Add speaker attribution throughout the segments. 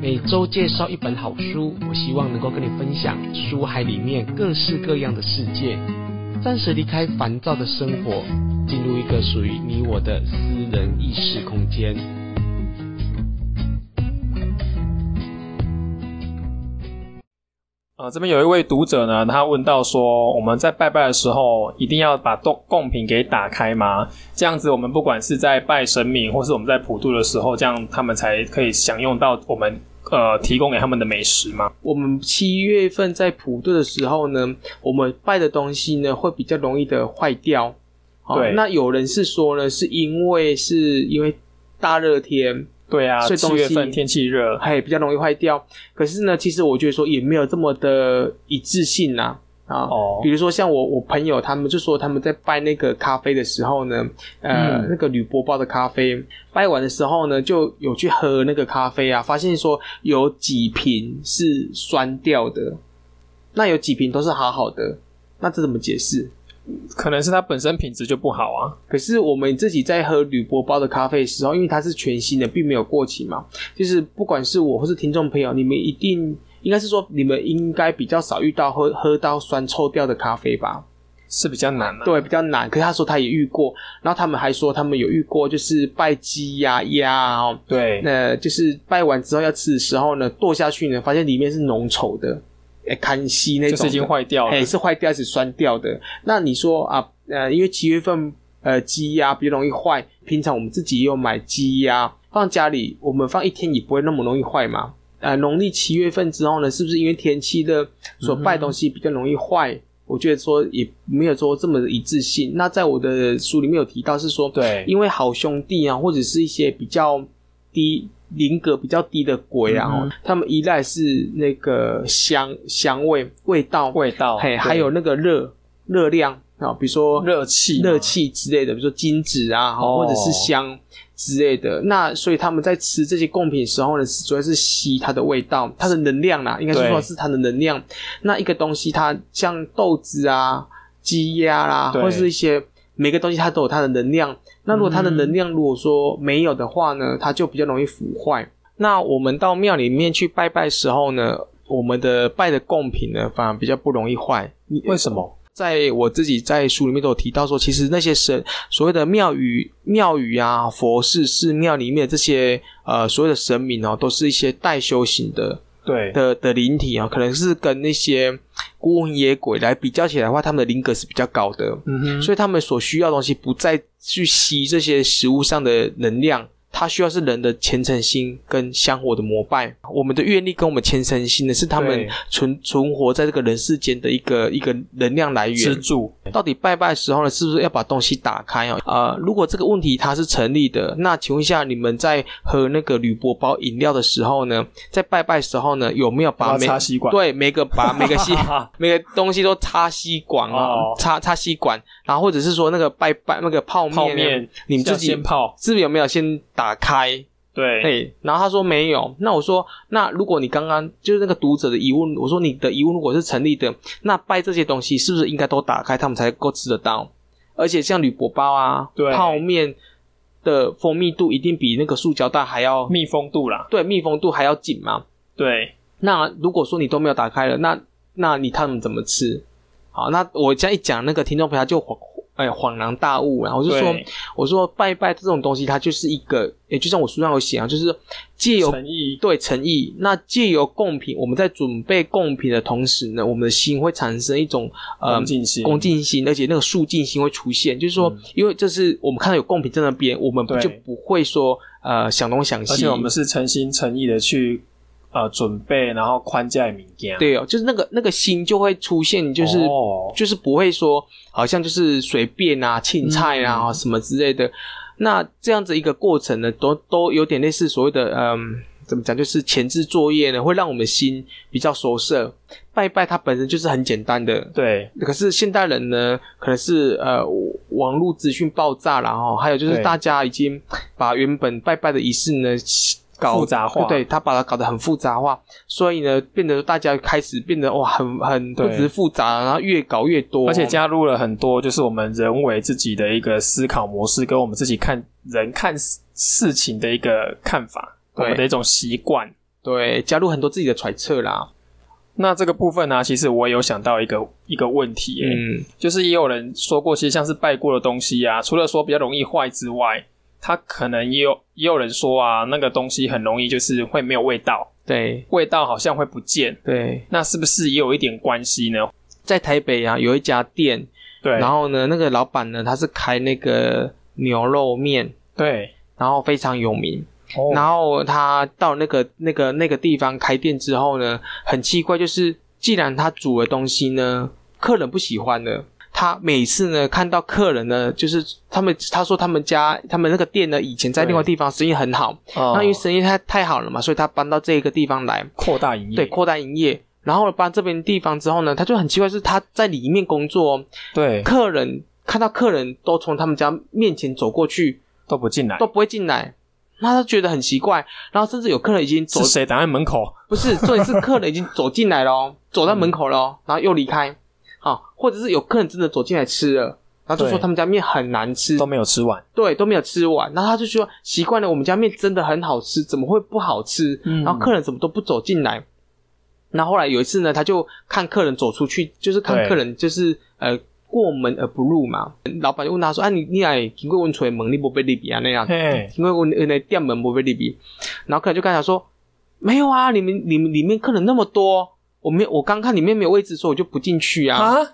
Speaker 1: 每周介绍一本好书，我希望能够跟你分享书海里面各式各样的世界，暂时离开烦躁的生活，进入一个属于你我的私人意识空间。
Speaker 2: 呃，这边有一位读者呢，他问到说，我们在拜拜的时候，一定要把供贡品给打开吗？这样子，我们不管是在拜神明，或是我们在普渡的时候，这样他们才可以享用到我们呃提供给他们的美食吗？
Speaker 3: 我们七月份在普渡的时候呢，我们拜的东西呢会比较容易的坏掉。好
Speaker 2: 对
Speaker 3: 那有人是说呢，是因为是因为大热天，
Speaker 2: 对啊，
Speaker 3: 所以
Speaker 2: 七
Speaker 3: 东西
Speaker 2: 月份天气热，
Speaker 3: 还比较容易坏掉。可是呢，其实我觉得说也没有这么的一致性呐、啊。
Speaker 2: 哦
Speaker 3: 比如说像我我朋友他们就说他们在拜那个咖啡的时候呢，呃，
Speaker 2: 嗯
Speaker 3: 那个铝箔包的咖啡，拜完的时候呢，就有去喝那个咖啡啊，发现说有几瓶是酸掉的，那有几瓶都是好好的，那这怎么解释？
Speaker 2: 可能是它本身品质就不好啊。
Speaker 3: 可是我们自己在喝铝箔包的咖啡的时候，因为它是全新的，并没有过期嘛，就是不管是我或是听众朋友，你们一定应该是说你们应该比较少遇到喝喝到酸臭掉的咖啡吧？
Speaker 2: 是比较难啊的、
Speaker 3: 对，比较难。可是他说他也遇过，然后他们还说他们有遇过，就是拜鸡呀、鸭啊、哦，
Speaker 2: 对对，
Speaker 3: 那就是拜完之后要吃的时候呢，剁下去呢，发现里面是浓稠的，哎，看稀那种
Speaker 2: 就
Speaker 3: 的，
Speaker 2: 是已经坏掉了。
Speaker 3: 哎、是坏掉还是酸掉的？那你说啊，呃，因为七月份呃鸡鸭比较容易坏，平常我们自己也有买鸡鸭放家里，我们放一天也不会那么容易坏嘛。呃，农历七月份之后呢，是不是因为天气的所
Speaker 2: 嗯
Speaker 3: 拜的东西比较容易坏？我觉得说也没有说这么的一致性。那在我的书里面有提到是说，
Speaker 2: 对，
Speaker 3: 因为好兄弟啊，或者是一些比较低灵格比较低的鬼啊，
Speaker 2: 嗯
Speaker 3: 哦他们依赖是那个香香味味道，
Speaker 2: 味道，
Speaker 3: 嘿，
Speaker 2: 对
Speaker 3: 还有那个热热量啊、比如说
Speaker 2: 热气嘛，
Speaker 3: 热气之类的，比如说金子啊，哈
Speaker 2: 哦
Speaker 3: 或者是香之类的。那所以他们在吃这些贡品的时候呢，主要是吸它的味道，它的能量啦，应该是
Speaker 2: 对
Speaker 3: 说是它的能量。那一个东西它像豆子啊、鸡鸭啦，
Speaker 2: 对
Speaker 3: 或是一些每个东西它都有它的能量。那如果它的能量如果说没有的话呢，它就比较容易腐坏。那我们到庙里面去拜拜时候呢，我们的拜的贡品呢，反而比较不容易坏。你
Speaker 2: 为什么？
Speaker 3: 在我自己在书里面都有提到说，其实那些神所谓的庙宇、庙宇啊、佛寺、寺庙里面的这些呃所谓的神明哦，都是一些待修行的
Speaker 2: 对，
Speaker 3: 的的灵体啊、哦，可能是跟那些孤魂野鬼来比较起来的话，他们的灵格是比较高的。
Speaker 2: 嗯哼，
Speaker 3: 所以他们所需要的东西不再去吸这些食物上的能量，它需要是人的虔诚心跟香火的膜拜。我们的愿力跟我们虔诚心呢，是他们
Speaker 2: 对
Speaker 3: 存存活在这个人世间的一个一个能量来
Speaker 2: 吃
Speaker 3: 源。
Speaker 2: 住，
Speaker 3: 到底拜拜的时候呢，是不是要把东西打开哦？呃，如果这个问题它是成立的，那请问一下，你们在喝那个铝箔包饮料的时候呢，在拜拜的时候呢，有没有把
Speaker 2: 要
Speaker 3: 每
Speaker 2: 插吸管，
Speaker 3: 对每个把每个 吸
Speaker 2: 啊，
Speaker 3: 每个东西都插吸管
Speaker 2: 哦
Speaker 3: 啊，插插吸管，然后或者是说那个拜拜那个泡面呢，
Speaker 2: 泡面，
Speaker 3: 你们自己
Speaker 2: 要先泡，
Speaker 3: 是不是有没有先打开？
Speaker 2: 对，
Speaker 3: 嘿，然后他说没有，那我说那如果你刚刚就是那个读者的疑问，我说你的疑问如果是成立的，那拜这些东西是不是应该都打开，他们才能够吃得到？而且像铝箔包啊
Speaker 2: 对、
Speaker 3: 泡面的蜂蜜度一定比那个塑胶袋还要，
Speaker 2: 密封度啦，
Speaker 3: 对，密封度还要紧嘛。
Speaker 2: 对，
Speaker 3: 那如果说你都没有打开了，那那你他们怎么吃？好，那我这样一讲，那个听众朋友他就恍哎恍然大悟啊然后我就说
Speaker 2: 对，
Speaker 3: 我说拜拜这种东西，它就是一个，也就像我书上有写啊，就是借由
Speaker 2: 诚意，
Speaker 3: 对诚意，那借由贡品，我们在准备贡品的同时呢，我们的心会产生一种呃
Speaker 2: 恭敬心，
Speaker 3: 恭敬心，而且那个肃静心会出现，就是说，
Speaker 2: 嗯
Speaker 3: 因为这是我们看到有贡品在那边，我们
Speaker 2: 对
Speaker 3: 就不会说呃想东想西，
Speaker 2: 而且我们是诚心诚意的去呃准备，然后宽价物件，，
Speaker 3: 对哦，就是那个那个心就会出现，就是、
Speaker 2: 哦，
Speaker 3: 就是不会说好像就是随便啊、青菜啊、
Speaker 2: 嗯
Speaker 3: 什么之类的。那这样子一个过程呢，都都有点类似所谓的嗯，怎么讲，就是前置作业呢，会让我们心比较熟涩。拜拜，它本身就是很简单的。
Speaker 2: 对，
Speaker 3: 可是现代人呢，可能是呃网络资讯爆炸啦，然后还有就是
Speaker 2: 对
Speaker 3: 大家已经把原本拜拜的仪式呢搞
Speaker 2: 复杂化
Speaker 3: 对他把它搞得很复杂化，所以呢，变得大家开始变得哇很很不
Speaker 2: 对
Speaker 3: 只是复杂，然后越搞越多，
Speaker 2: 而且加入了很多就是我们人为自己的一个思考模式，跟我们自己看人看事事情的一个看法，
Speaker 3: 对
Speaker 2: 我们的一种习惯，
Speaker 3: 对，加入很多自己的揣测啦。
Speaker 2: 那这个部分呢、其实我也有想到一个一个问题、耶
Speaker 3: 嗯，
Speaker 2: 就是也有人说过，其实像是拜过的东西啊，除了说比较容易坏之外，它可能也有也有人说啊，那个东西很容易就是会没有味道，
Speaker 3: 对
Speaker 2: 味道好像会不见，
Speaker 3: 对，
Speaker 2: 那是不是也有一点关系呢？
Speaker 3: 在台北啊有一家店，
Speaker 2: 对，
Speaker 3: 然后呢，那个老板呢他是开那个牛肉面，
Speaker 2: 对，
Speaker 3: 然后非常有名。
Speaker 2: 哦
Speaker 3: 然后他到那个那个那个地方开店之后呢，很奇怪，就是既然他煮的东西呢，客人不喜欢的，他每次呢看到客人呢，就是他们他说他们家他们那个店呢，以前在另外地方生意很好，那
Speaker 2: 哦
Speaker 3: 因为生意太太好了嘛，所以他搬到这个地方来，
Speaker 2: 扩大营业，
Speaker 3: 对，扩大营业。然后搬这边地方之后呢，他就很奇怪，是他在里面工作哦，
Speaker 2: 对
Speaker 3: 客人看到客人都从他们家面前走过去，
Speaker 2: 都不进来，
Speaker 3: 都不会进来，那他觉得很奇怪。然后甚至有客人已经走
Speaker 2: 是，谁挡在门口？
Speaker 3: 不是重点是客人已经走进来了 哦，走到门口了
Speaker 2: 嗯
Speaker 3: 哦，然后又离开。啊，或者是有客人真的走进来吃了，然后就说
Speaker 2: 对
Speaker 3: 他们家面很难吃
Speaker 2: 都，没有吃 完，
Speaker 3: 对，都没有吃完。然后他就说习惯了，我们家面真的很好吃，怎么会不好吃？
Speaker 2: 嗯
Speaker 3: 然后客人怎么都不走进来。那后来有一次呢，他就看客人走出去，就是看
Speaker 2: 对
Speaker 3: 客人就是呃过门而不入嘛。老板就问他说：“啊，你你来经过温水门，你不被利比啊那样？”
Speaker 2: 嘿，
Speaker 3: 因为我那那店门不被利比，然后客人就跟他说：“没有啊，你们你们里面客人那么多，我没有我刚看里面没有位置，所以我就不进去啊。
Speaker 2: 啊，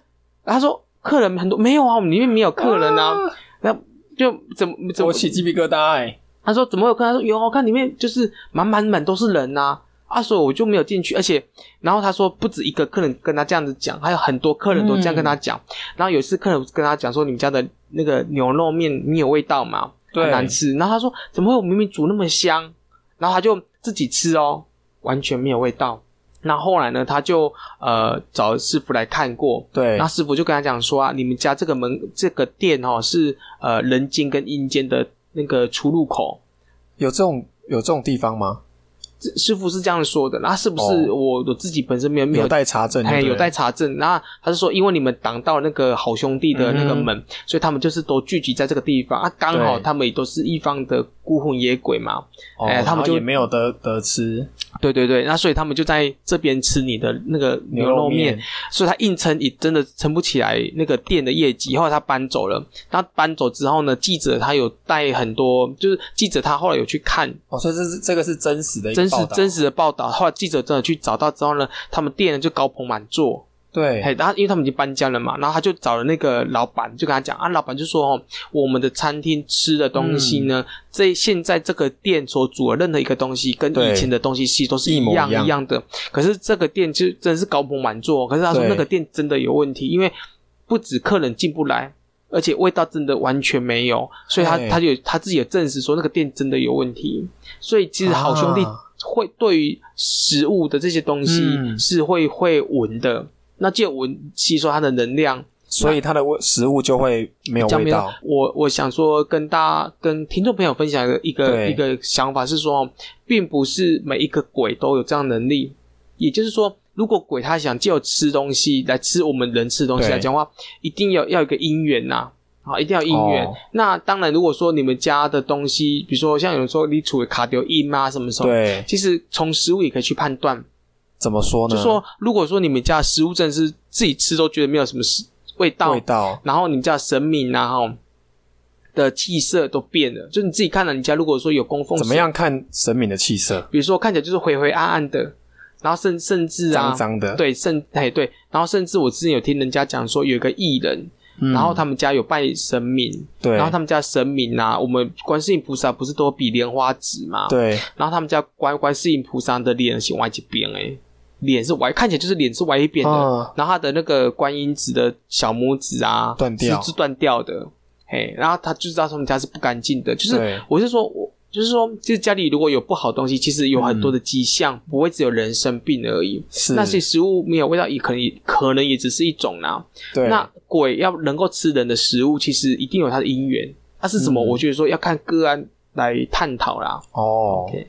Speaker 3: 他说：“客人很多，没有啊，我们里面没有客人啊。
Speaker 2: 啊
Speaker 3: 那就怎么怎么
Speaker 2: 我？起鸡皮疙瘩哎，
Speaker 3: 他说怎么有客人？他说有啊，我看里面就是满满满都是人呐、啊，所以我就没有进去。而且，然后他说不止一个客人跟他这样子讲，还有很多客人都这样跟他讲。然后有一次客人跟他讲说：“你们家的那个牛肉面你有味道吗？”
Speaker 2: 对
Speaker 3: 很难吃。然后他说：“怎么会我明明煮那么香？”然后他就自己吃哦，完全没有味道。那后来呢，他就呃找师傅来看过，
Speaker 2: 对
Speaker 3: 那，师傅就跟他讲说啊，你们家这个门这个店哦是呃人间跟阴间的那个出入口。
Speaker 2: 有这种有这种地方吗？
Speaker 3: 这师傅是这样说的，那是不是
Speaker 2: 哦
Speaker 3: 我、我自己本身没有没
Speaker 2: 有待查证就对
Speaker 3: 哎，
Speaker 2: 了，
Speaker 3: 有待查证。那他是说，因为你们挡到那个好兄弟的那个
Speaker 2: 嗯哼
Speaker 3: 门，所以他们就是都聚集在这个地方啊。刚好
Speaker 2: 对
Speaker 3: 他们也都是一方的孤魂野鬼嘛。
Speaker 2: 哦，
Speaker 3: 哎他
Speaker 2: 然
Speaker 3: 们
Speaker 2: 后
Speaker 3: 就
Speaker 2: 也没有得得吃
Speaker 3: 对对对，那所以他们就在这边吃你的那个牛肉
Speaker 2: 肉
Speaker 3: 面，，所以他硬撑也真的撑不起来那个店的业绩。后来他搬走了，他搬走之后呢，记者他有带很多，就是记者他后来有去看
Speaker 2: 哦，所以这是这个是真实的一个
Speaker 3: 真实
Speaker 2: 报道
Speaker 3: 真实的报道，后来记者真的去找到之后呢，他们店呢就高朋满座，
Speaker 2: 对，
Speaker 3: 嘿，然后因为他们已经搬家了嘛，然后他就找了那个老板，就跟他讲啊，老板就说哦，我们的餐厅吃的东西呢，
Speaker 2: 嗯
Speaker 3: 这现在这个店所煮的任何一个东西，跟
Speaker 2: 对
Speaker 3: 以前的东西其实都是
Speaker 2: 一模一
Speaker 3: 样
Speaker 2: 样
Speaker 3: 样的。可是这个店就真的是高朋满座哦，可是他说
Speaker 2: 对
Speaker 3: 那个店真的有问题，因为不止客人进不来。而且味道真的完全没有，所以他
Speaker 2: 嘿
Speaker 3: 他就有他自己有证实说那个店真的有问题，所以其实好兄弟
Speaker 2: 啊
Speaker 3: 会对于食物的这些东西
Speaker 2: 嗯
Speaker 3: 是会、会闻的，那借闻吸收它的能量，
Speaker 2: 所以它的味食物就会没有
Speaker 3: 这样
Speaker 2: 味
Speaker 3: 没有
Speaker 2: 道。
Speaker 3: 我我想说跟大家跟听众朋友分享的一个
Speaker 2: 对
Speaker 3: 一个想法是说，哦并不是每一个鬼都有这样的能力，也就是说。如果鬼他想借由吃东西来吃我们人吃的东西
Speaker 2: 对
Speaker 3: 来讲的话，一定要要有一个因缘呐、好，一定要有因缘。
Speaker 2: 哦
Speaker 3: 那当然，如果说你们家的东西，比如说像有人说你处的卡丢音啊什么什么，
Speaker 2: 对，
Speaker 3: 其实从食物也可以去判断。
Speaker 2: 怎么说呢？
Speaker 3: 就说如果说你们家的食物真的是自己吃都觉得没有什么食味道，
Speaker 2: 味道，
Speaker 3: 然后你们家的神明啊吼的气色都变了，就你自己看了你家如果说有供奉
Speaker 2: 怎么，样看神明的气色？
Speaker 3: 比如说看起来就是灰灰暗暗的，然后甚甚至啊
Speaker 2: 脏脏的，
Speaker 3: 对甚哎对，然后甚至我之前有听人家讲说有一个艺人，
Speaker 2: 嗯，
Speaker 3: 然后他们家有拜神明，
Speaker 2: 对，
Speaker 3: 然后他们家神明啊，我们观世音菩萨不是都比莲花指嘛，
Speaker 2: 对
Speaker 3: 然后他们家观观世音菩萨的脸是歪一边哎、脸是歪，看起来就是脸是歪一边的。
Speaker 2: 嗯
Speaker 3: 然后他的那个观音指的小拇指啊，
Speaker 2: 断掉
Speaker 3: 是是断掉的。嘿，然后他就知道他们家是不干净的。就是
Speaker 2: 对
Speaker 3: 我是说，我就是说，就是家里如果有不好的东西，其实有很多的迹象，不会只有人生病而已。
Speaker 2: 是
Speaker 3: 那些食物没有味道，也可能也可能也只是一种啦、
Speaker 2: 对
Speaker 3: 那鬼要能够吃人的食物，其实一定有它的因缘。它是什么？
Speaker 2: 嗯
Speaker 3: 我觉得说要看个案来探讨啦。
Speaker 2: 哦
Speaker 3: OK。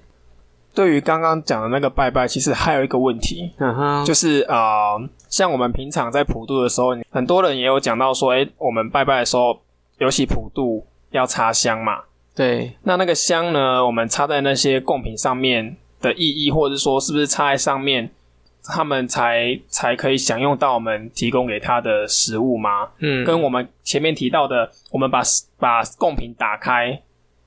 Speaker 2: 对于刚刚讲的那个拜拜，其实还有一个问题，
Speaker 3: 嗯哼，
Speaker 2: 就是啊、呃像我们平常在普渡的时候，很多人也有讲到说，哎，我们拜拜的时候，尤其普渡要插香嘛，
Speaker 3: 对
Speaker 2: 那那个香呢，我们插在那些贡品上面的意义，或者说是不是插在上面，他们才才可以享用到我们提供给他的食物吗？
Speaker 3: 嗯，
Speaker 2: 跟我们前面提到的，我们把把贡品打开，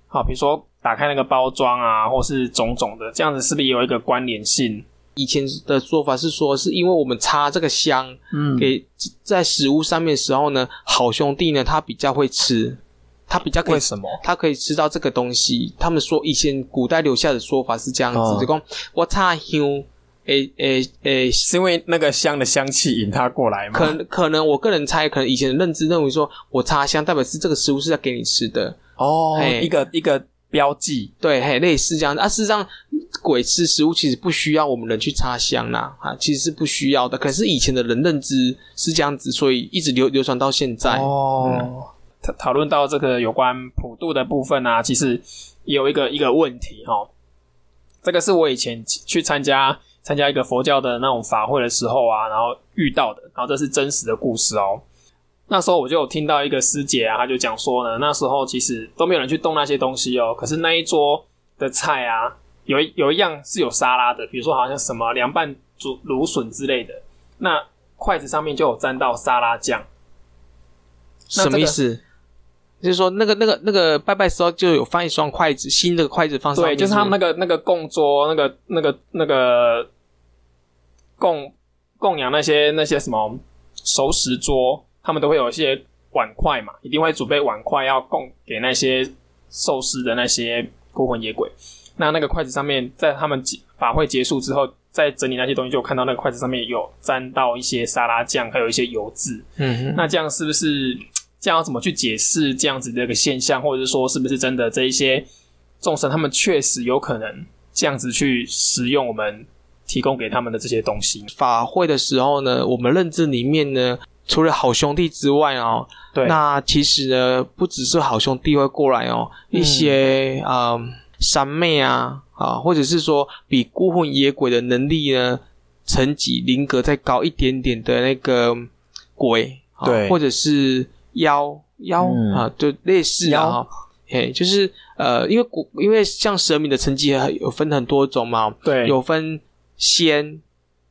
Speaker 2: 好，比如说打开那个包装啊，或是种种的，这样子是不是也有一个关联性？
Speaker 3: 以前的说法是说，是因为我们插这个香
Speaker 2: 嗯
Speaker 3: 给在食物上面的时候呢，好兄弟呢他比较会吃，他比较可以
Speaker 2: 为什么？
Speaker 3: 他可以吃到这个东西。他们说以前古代留下的说法是这样子，
Speaker 2: 哦
Speaker 3: 就讲我插香，诶诶诶，
Speaker 2: 是因为那个香的香气引他过来吗？
Speaker 3: 可可能我个人猜，可能以前的认知认为说我插香代表是这个食物是要给你吃的，
Speaker 2: 哦，
Speaker 3: 嘿
Speaker 2: 一个一个标记，
Speaker 3: 对，嘿，类似这样子啊。事实上，鬼吃食物其实不需要我们人去插香啦，啊，其实是不需要的。可是以前的人认知是这样子，所以一直流流传到现在。
Speaker 2: 哦，讨讨论到这个有关普渡的部分啊，其实也有一个一个问题哈、哦，这个是我以前去参加参加一个佛教的那种法会的时候啊，然后遇到的，然后这是真实的故事哦。那时候我就有听到一个师姐啊，她就讲说呢，那时候其实都没有人去动那些东西哦，可是那一桌的菜啊，有一有一样是有沙拉的，比如说好像什么凉拌竹芦笋之类的，那筷子上面就有沾到沙拉酱。那
Speaker 3: 什么意思？就是说，那个、那个、那个拜拜时候就有放一双筷子，新的筷子放上
Speaker 2: 对，
Speaker 3: 面
Speaker 2: 就是他们
Speaker 3: 不
Speaker 2: 那个那个供桌，那个那个那个供供养那些那些什么熟食桌，他们都会有一些碗筷嘛，一定会准备碗筷要供给那些受施的那些孤魂野鬼。那那个筷子上面，在他们结法会结束之后，在整理那些东西，就有看到那个筷子上面有沾到一些沙拉酱，还有一些油渍。
Speaker 3: 嗯哼，
Speaker 2: 那这样是不是这样要怎么去解释这样子的一个现象，或者是说是不是真的这一些众生他们确实有可能这样子去食用我们提供给他们的这些东西？
Speaker 3: 法会的时候呢，我们认知里面呢，除了好兄弟之外哦，
Speaker 2: 对
Speaker 3: 那其实呢，不只是好兄弟会过来哦，
Speaker 2: 嗯
Speaker 3: 一些啊、嗯三妹啊啊，或者是说比孤魂野鬼的能力呢，层级灵格再高一点点的那个鬼，啊、
Speaker 2: 对
Speaker 3: 或者是妖妖、
Speaker 2: 嗯
Speaker 3: 啊，就类似啊。
Speaker 2: 妖
Speaker 3: 哈嘿，就是呃，因为古，因为像神明的层级还有分很多种嘛，
Speaker 2: 对，
Speaker 3: 有分仙，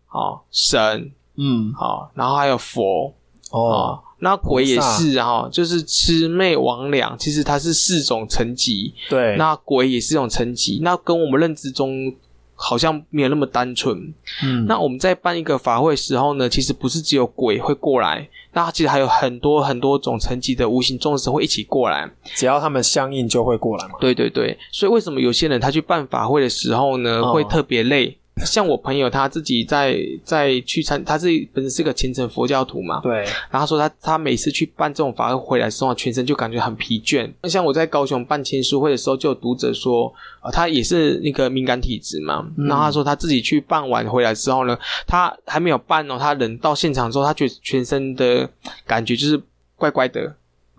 Speaker 3: 哦，神，
Speaker 2: 嗯
Speaker 3: 哦，然后还有佛，
Speaker 2: 哦
Speaker 3: 哦，那鬼也
Speaker 2: 菩萨
Speaker 3: 是哈、哦，就是魑魅魍魉，其实它是四种层级，
Speaker 2: 对，
Speaker 3: 那鬼也是一种层级，那跟我们认知中好像没有那么单纯。
Speaker 2: 嗯
Speaker 3: 那我们在办一个法会时候呢，其实不是只有鬼会过来，那其实还有很多很多种层级的无形众生会一起过来。
Speaker 2: 只要他们相应就会过来嘛。
Speaker 3: 对对对，所以为什么有些人他去办法会的时候呢，
Speaker 2: 哦
Speaker 3: 会特别累？像我朋友他自己在在去参，他自己本身是个虔诚佛教徒嘛，
Speaker 2: 对，
Speaker 3: 然后他说他他每次去办这种法会回来之后，全身就感觉很疲倦。像我在高雄办签书会的时候，就有读者说，呃，他也是那个敏感体质嘛，然后他说他自己去办完回来之后呢，他还没有办哦，他人到现场之后，他觉得全身的感觉就是怪怪的，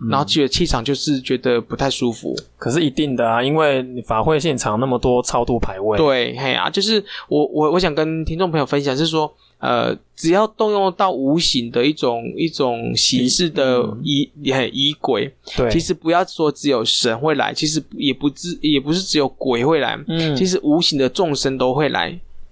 Speaker 3: 然后觉得气场就是觉得不太舒服。
Speaker 2: 可是一定的啊，因为你法会现场那么多超度牌位，
Speaker 3: 对，嘿啊，就是我我我想跟听众朋友分享是说，呃，只要动用到无形的一种一种形式的
Speaker 2: 嗯
Speaker 3: 仪很仪轨，
Speaker 2: 对，
Speaker 3: 其实不要说只有神会来，其实也不只也不是只有鬼会来，
Speaker 2: 嗯，
Speaker 3: 其实无形的众生都会来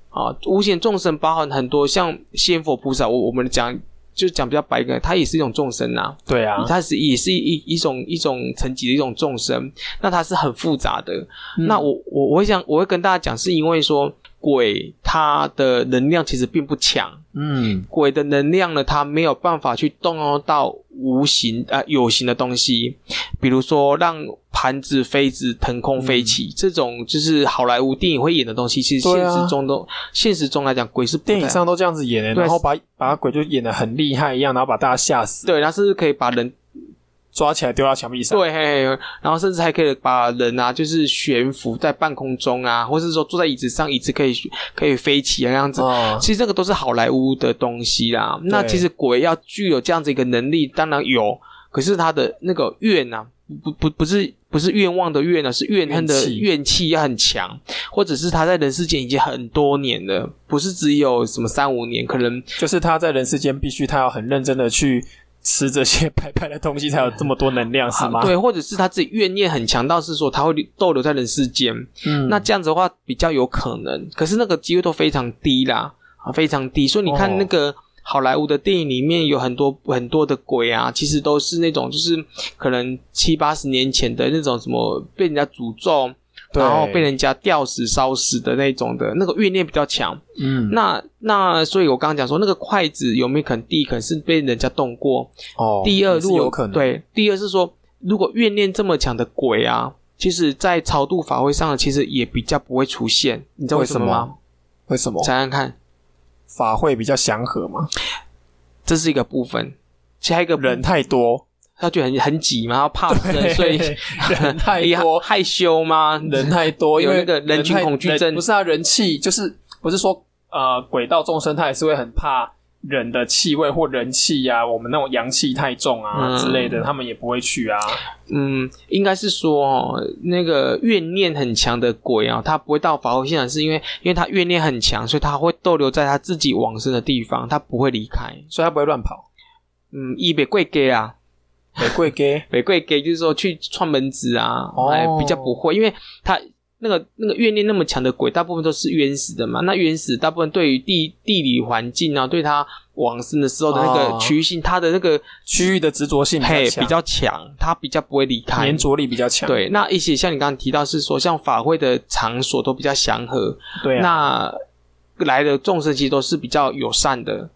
Speaker 3: 啊，无形众生包含很多，像仙佛菩萨，我我们讲就讲比较白一个，它也是一种众生呐、
Speaker 2: 对啊，
Speaker 3: 它是也是一一种一种层级的一种众生，那它是很复杂的。
Speaker 2: 嗯
Speaker 3: 那我我我会想我会跟大家讲，是因为说鬼它的能量其实并不强，
Speaker 2: 嗯
Speaker 3: 鬼的能量呢，它没有办法去动用到无形呃有形的东西，比如说让盘子、飞子腾空飞起、这种，就是好莱坞电影会演的东西，其实
Speaker 2: 嗯对
Speaker 3: 现
Speaker 2: 啊
Speaker 3: 实中都、现实中来讲，鬼是不
Speaker 2: 电
Speaker 3: 太
Speaker 2: 影上都这样子演的，
Speaker 3: 对
Speaker 2: 然后把把鬼就演的很厉害一样，然后把大家吓死，
Speaker 3: 对，它是可以把人
Speaker 2: 抓起来丢到墙壁上。
Speaker 3: 对，嘿嘿，然后甚至还可以把人啊，就是悬浮在半空中啊，或是说坐在椅子上，椅子可以可以飞起啊，那样子。
Speaker 2: 哦，
Speaker 3: 其实这个都是好莱坞的东西啦。那
Speaker 2: 对
Speaker 3: 其实鬼要具有这样子一个能力，当然有，可是他的那个怨啊，不不不是不是愿望的怨啊，是怨恨
Speaker 2: 怨
Speaker 3: 的
Speaker 2: 气
Speaker 3: 怨气要很强，或者是他在人世间已经很多年了，不是只有什么三五年，可能
Speaker 2: 就是他在人世间必须他要很认真的去吃这些 拜拜的东西才有这么多能量，是吗？
Speaker 3: 对，或者是他自己怨念很强到是说他会逗留在人世间，
Speaker 2: 嗯，
Speaker 3: 那这样子的话比较有可能，可是那个几率都非常低啦，啊，非常低。所以你
Speaker 2: 哦
Speaker 3: 看那个好莱坞的电影里面有很多很多的鬼啊，其实都是那种就是可能七八十年前的那种什么被人家诅咒，
Speaker 2: 对
Speaker 3: 然后被人家吊死、烧死的那种的，那个怨念比较强。
Speaker 2: 嗯
Speaker 3: 那那所以我刚刚讲说，那个筷子有没有可能第一可能是被人家动过，
Speaker 2: 哦
Speaker 3: 第二，
Speaker 2: 也是
Speaker 3: 如果
Speaker 2: 有可能
Speaker 3: 对，第二是说，如果怨念这么强的鬼啊，其实，在超度法会上，其实也比较不会出现。你知道为什么
Speaker 2: 为什
Speaker 3: 吗？
Speaker 2: 为什么
Speaker 3: 想想看，
Speaker 2: 法会比较祥和嘛？
Speaker 3: 这是一个部分。其他一个部
Speaker 2: 人，太 多，
Speaker 3: 他就很很挤嘛，他怕人，所以
Speaker 2: 人太
Speaker 3: 哎呀
Speaker 2: 多，
Speaker 3: 害羞吗？
Speaker 2: 人太多，因
Speaker 3: 有
Speaker 2: 为
Speaker 3: 那个人群
Speaker 2: 太
Speaker 3: 恐惧
Speaker 2: 人
Speaker 3: 症
Speaker 2: 不是啊，人气就是不是说呃，鬼道众生他也是会很怕人的气味或人气呀、我们那种阳气太重啊、
Speaker 3: 嗯
Speaker 2: 之类的，他们也不会去啊。
Speaker 3: 嗯，应该是说哦，那个怨念很强的鬼啊，他不会到法会现场，是因为因为他怨念很强，所以他会逗留在他自己往生的地方，他不会离开。
Speaker 2: 所以他不会乱跑。
Speaker 3: 嗯，一被跪给啊，
Speaker 2: 玫瑰给
Speaker 3: 玫瑰给就是说去串门子啊，
Speaker 2: 哦
Speaker 3: 哎、比较不会，因为他那个那个怨念那么强的鬼，大部分都是冤死的嘛。那冤死大部分对于地地理环境啊，对他往生的时候的那
Speaker 2: 哦
Speaker 3: 个区域性，他的那个
Speaker 2: 区域的执着性
Speaker 3: 嘿
Speaker 2: 比
Speaker 3: 比
Speaker 2: 较强
Speaker 3: 较强，他比较不会离开
Speaker 2: 粘。着力比较强。
Speaker 3: 对，那一些像你刚刚提到是说，像法会的场所都比较祥和，
Speaker 2: 对啊，
Speaker 3: 那来的众生其实都是比较友善的，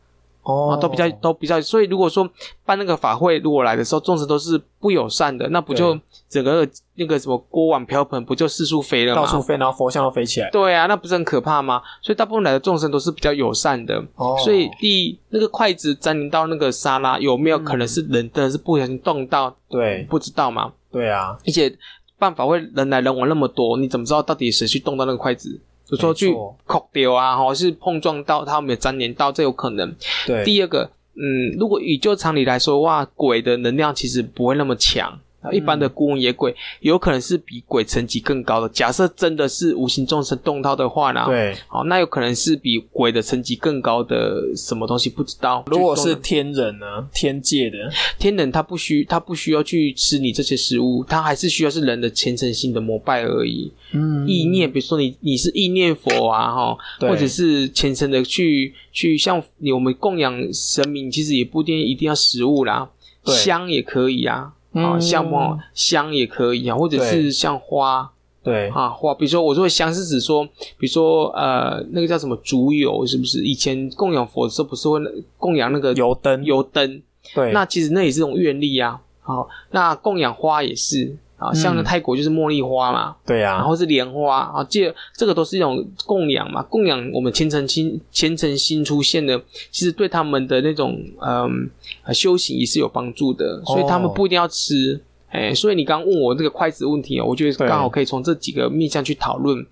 Speaker 2: 哦
Speaker 3: 啊，都比较都比较，所以如果说办那个法会，如果来的时候众神都是不友善的，那不就整个那个什么锅碗瓢盆不就四处飞了
Speaker 2: 到处
Speaker 3: 吗？
Speaker 2: 飞，然后佛像都飞起来。
Speaker 3: 对啊，那不是很可怕吗？所以大部分来的众生都是比较友善的，
Speaker 2: 哦
Speaker 3: 所以第一，那个筷子沾淋到那个沙拉，有没有可
Speaker 2: 嗯
Speaker 3: 能是人真的是不小心动到？
Speaker 2: 对
Speaker 3: 不知道嘛。
Speaker 2: 对啊，
Speaker 3: 而且办法会人来人往那么多，你怎么知道到底谁去动到那个筷子？比如说去
Speaker 2: 没错
Speaker 3: 扣丢啊，或是碰撞到它有没有粘连到，这有可能。
Speaker 2: 对，
Speaker 3: 第二个，嗯，如果以就常理来说的话，鬼的能量其实不会那么强。
Speaker 2: 嗯
Speaker 3: 一般的孤魂野鬼有可能是比鬼层级更高的。假设真的是无形众生动到的话呢？，
Speaker 2: 对，
Speaker 3: 好，那有可能是比鬼的层级更高的什么东西，不知道。
Speaker 2: 如果是
Speaker 3: 就
Speaker 2: 天人呢，天界的
Speaker 3: 天人，他不需他不需要去吃你这些食物，他还是需要是人的虔诚性的膜拜而已。
Speaker 2: 嗯
Speaker 3: 意念，比如说你你是意念佛啊，哈，
Speaker 2: 对
Speaker 3: 或者是虔诚的去去像你我们供养神明，其实也不一定一定要食物啦，
Speaker 2: 对
Speaker 3: 香也可以啊，啊，
Speaker 2: 嗯
Speaker 3: 像哦香也可以啊，或者
Speaker 2: 对
Speaker 3: 是像花
Speaker 2: 对
Speaker 3: 啊花，比如说我说的香是指说，比如说呃那个叫什么烛油，是不是？以前供养佛的时候不是会供养那个
Speaker 2: 油灯，
Speaker 3: 油灯，
Speaker 2: 对，
Speaker 3: 那其实那也是一种愿力啊。好，那供养花也是啊，像那
Speaker 2: 嗯
Speaker 3: 泰国就是茉莉花嘛，
Speaker 2: 对啊，
Speaker 3: 然后是莲花啊，这这个都是一种供养嘛，供养我们虔诚心虔诚心出现的，其实对他们的那种嗯、呃修行也是有帮助的，所以他们不一定要吃。哎，所以你刚问我这个筷子问题哦，我觉
Speaker 2: 对
Speaker 3: 得刚好可以从这几个面向去讨论。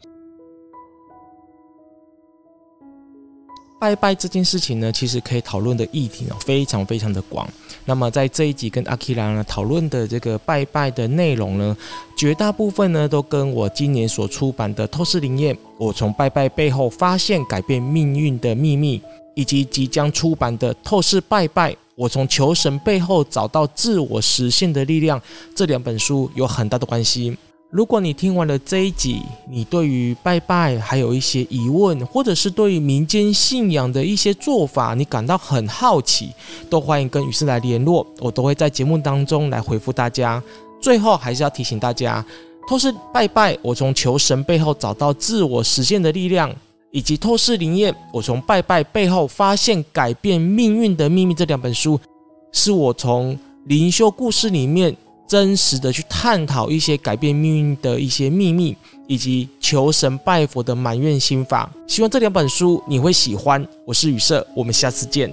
Speaker 1: 拜拜这件事情呢，其实可以讨论的议题呢非常非常的广。那么在这一集跟阿 k i r a 呢讨论的这个拜拜的内容呢，绝大部分呢都跟我今年所出版的《透视灵验》，我从拜拜背后发现改变命运的秘密，以及即将出版的《透视拜拜》，我从求神背后找到自我实现的力量，这两本书有很大的关系。如果你听完了这一集，你对于拜拜还有一些疑问，或者是对于民间信仰的一些做法，你感到很好奇，都欢迎跟雨师来联络，我都会在节目当中来回复大家。最后还是要提醒大家，透视拜拜，我从求神背后找到自我实现的力量，以及透视灵验，我从拜拜背后发现改变命运的秘密这两本书，是我从灵修故事里面真实的去探讨一些改变命运的一些秘密，以及求神拜佛的满愿心法。希望这两本书你会喜欢。我是雨社，我们下次见。